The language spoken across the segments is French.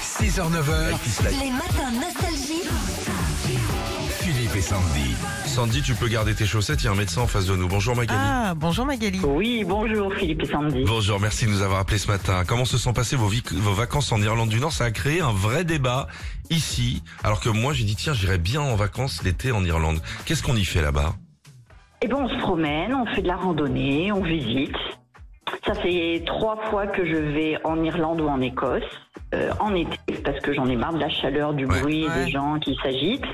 6h-9h, Les matins nostalgiques. Philippe et Sandy. Sandy, tu peux garder tes chaussettes, il y a un médecin en face de nous. Bonjour Magali. Ah, bonjour Magali. Oui, bonjour Philippe et Sandy. Bonjour, merci de nous avoir appelés ce matin. Comment se sont passées vos, vic- vos vacances en Irlande du Nord Ça a créé un vrai débat ici, alors que moi j'ai dit tiens, j'irai bien en vacances l'été en Irlande. Qu'est-ce qu'on y fait là-bas Eh ben, on se promène, on fait de la randonnée, on visite. Ça fait trois fois que je vais en Irlande ou en Écosse, euh, en été, parce que j'en ai marre de la chaleur, du Ouais. bruit, Ouais. des gens qui s'agitent.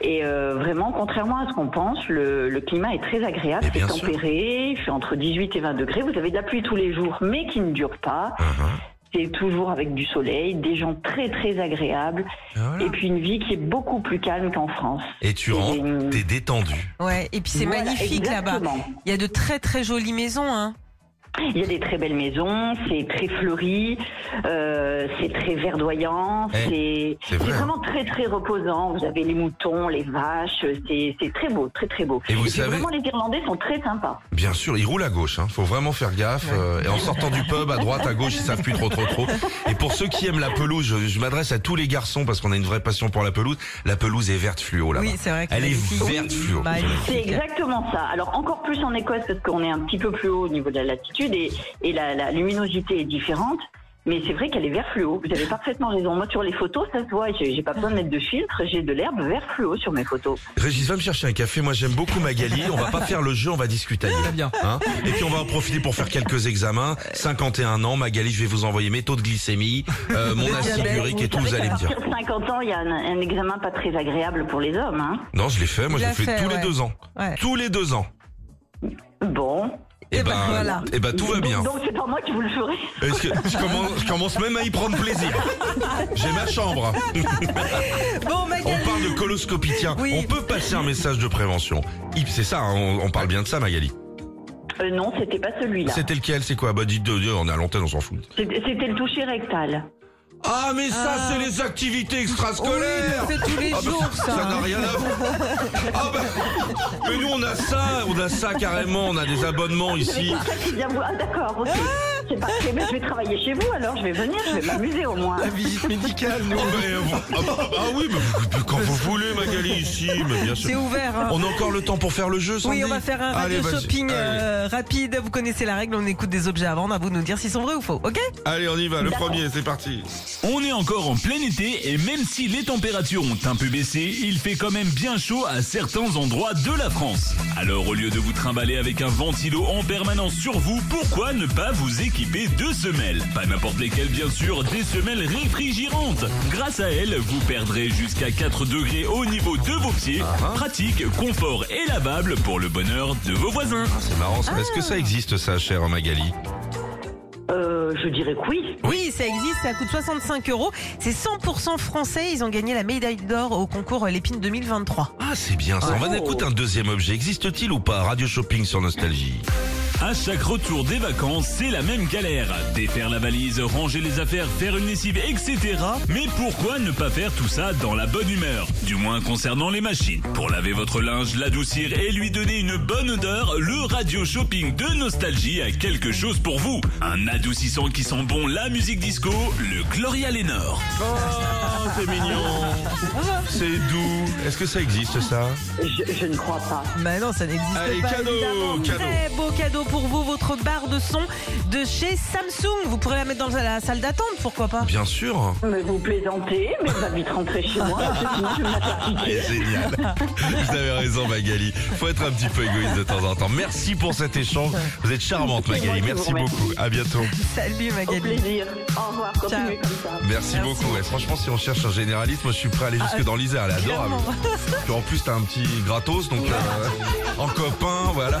Et euh, vraiment, contrairement à ce qu'on pense, le, le climat est très agréable, Eh bien c'est sûr. tempéré, il fait entre 18 et 20 degrés, vous avez de la pluie tous les jours, mais qui ne dure pas. Hein, hein. C'est toujours avec du soleil, des gens très très agréables, Ah, voilà. et puis une vie qui est beaucoup plus calme qu'en France. Et euh, tu rentres, une- t'es détendu. Ouais, et puis c'est Voilà, magnifique là-bas. exactement. Il y a de très très jolies maisons, hein. Il y a des très belles maisons, c'est très fleuri, euh, c'est très verdoyant, Eh, c'est c'est vrai, c'est hein. vraiment très très reposant. Vous avez les moutons, les vaches, c'est c'est très beau, très très beau. Et vous puis savez- vraiment les Irlandais sont très sympas. Bien sûr, ils roulent à gauche, hein. faut vraiment faire gaffe. euh, et en sortant du pub, à droite, à gauche, ils savent plus trop trop trop. Et pour ceux qui aiment la pelouse, je, je m'adresse à tous les garçons parce qu'on a une vraie passion pour la pelouse. La pelouse est verte fluo là-bas. Oui, c'est vrai. que Elle est magnifique. verte fluo. C'est Magnifique. exactement ça. Alors encore plus en Écosse parce qu'on est un petit peu plus haut au niveau de la latitude et, et la, la luminosité est différente. Mais c'est vrai qu'elle est vert fluo. Vous avez parfaitement raison. Moi, sur les photos, ça se voit. J'ai j'ai pas besoin de mettre de filtre. J'ai de l'herbe vert fluo sur mes photos. Régis, va me chercher un café. Moi, j'aime beaucoup Magali. On va pas faire le jeu, on va discuter. Très bien. Et puis, on va en profiter pour faire quelques examens. 51 ans, Magali, je vais vous envoyer mes taux de glycémie, euh, mon acide diabète, urique et tout. savez Vous allez qu'à me dire. partir de 50 ans, il y a un, un examen pas très agréable pour les hommes. Hein. Non, je l'ai fait. Moi, Il je le l'a fais fait, tous les ouais. deux ans. Ouais. Tous les deux ans. Bon. Et, Eh ben, voilà. et ben, tout va bien. Donc c'est pas moi qui vous le ferai. Est-ce que- Euh, je, commence, je commence même à y prendre plaisir. J'ai ma chambre. Bon, On Magali. parle de coloscopie. Tiens, Oui. on peut passer un message de prévention. Yves, C'est ça, hein, on, on parle bien de ça, Magali. Euh, non, c'était pas celui-là. C'était lequel C'est quoi Bah, dites deux, deux, on est à l'antenne, on s'en fout. C'était c'était le toucher rectal. Ah mais ça Ah. c'est les activités Oui, extrascolaires on fait tous les Ah, bah, jours ça. ça n'a rien à voir. Ah bah, mais nous on a ça, on a ça carrément, on a des abonnements ici. Très bien, vous- Ah d'accord, ok. C'est parfait, mais je vais travailler chez vous alors, je vais venir, je vais m'amuser au moins. Visite médicale, Oh, mais, euh, ah, bah, ah oui, mais vous- mais quand vous voulez Magali ici, mais bien C'est sûr. ouvert. hein. On a encore le temps pour faire le jeu, Sandy Oui, on va faire un Allez, radio vas-y. shopping Allez. euh, rapide. Vous connaissez la règle, on écoute des objets à vendre, à vous de nous dire s'ils sont vrais ou faux, ok Allez, on y va, le premier, c'est parti. On est encore en plein été et même si les températures ont un peu baissé, il fait quand même bien chaud à certains endroits de la France. Alors au lieu de vous trimballer avec un ventilo en permanence sur vous, pourquoi ne pas vous équiper de semelles Pas n'importe lesquelles bien sûr, des semelles réfrigérantes. Grâce à elles, vous perdrez jusqu'à 4 degrés au niveau de vos pieds. Pratique, confort et lavable pour le bonheur de vos voisins. C'est marrant, ça. est-ce que ça existe ça, chère Magali Euh, je dirais que oui. Oui, ça existe, ça coûte 65 euros. C'est 100% français, ils ont gagné la médaille d'or au concours Lépine 2023. Ah c'est bien ça, on Oh. va écouter un deuxième objet. Existe-t-il ou pas Radio Shopping sur Nostalgie À chaque retour des vacances, c'est la même galère. Défaire la valise, ranger les affaires, faire une lessive, etc. Mais pourquoi ne pas faire tout ça dans la bonne humeur Du moins concernant les machines. Pour laver votre linge, l'adoucir et lui donner une bonne odeur, le radio shopping de Nostalgie a quelque chose pour vous. Un adoucissant qui sent bon la musique disco, le Gloria Lenor. Oh, c'est mignon. C'est doux. Est-ce que ça existe ça Je, je ne crois pas. Bah non, ça n'existe Allez, pas. cadeau, évidemment. cadeau. Très beau cadeau pour vous, votre barre de son de chez Samsung. Vous pourrez la mettre dans la salle d'attente, pourquoi pas Bien sûr. Mais vous plaisantez, mais va vite rentrer chez moi, parce que sinon je vais me la faire piquer. Et Génial. Vous avez raison Magali. Faut être un petit peu égoïste de temps en temps. Merci pour cet échange. Vous êtes charmante Magali. Moi, je vous Merci remercie. beaucoup. À bientôt. Salut Au Magali. plaisir. Au revoir, continuez comme ça. Merci, beaucoup. Ouais, franchement, si on cherche un généraliste, moi je suis prêt à aller jusque dans l'Isère. Elle est adorable. Puis en plus, t'as un petit gratos, donc euh, en copain, voilà.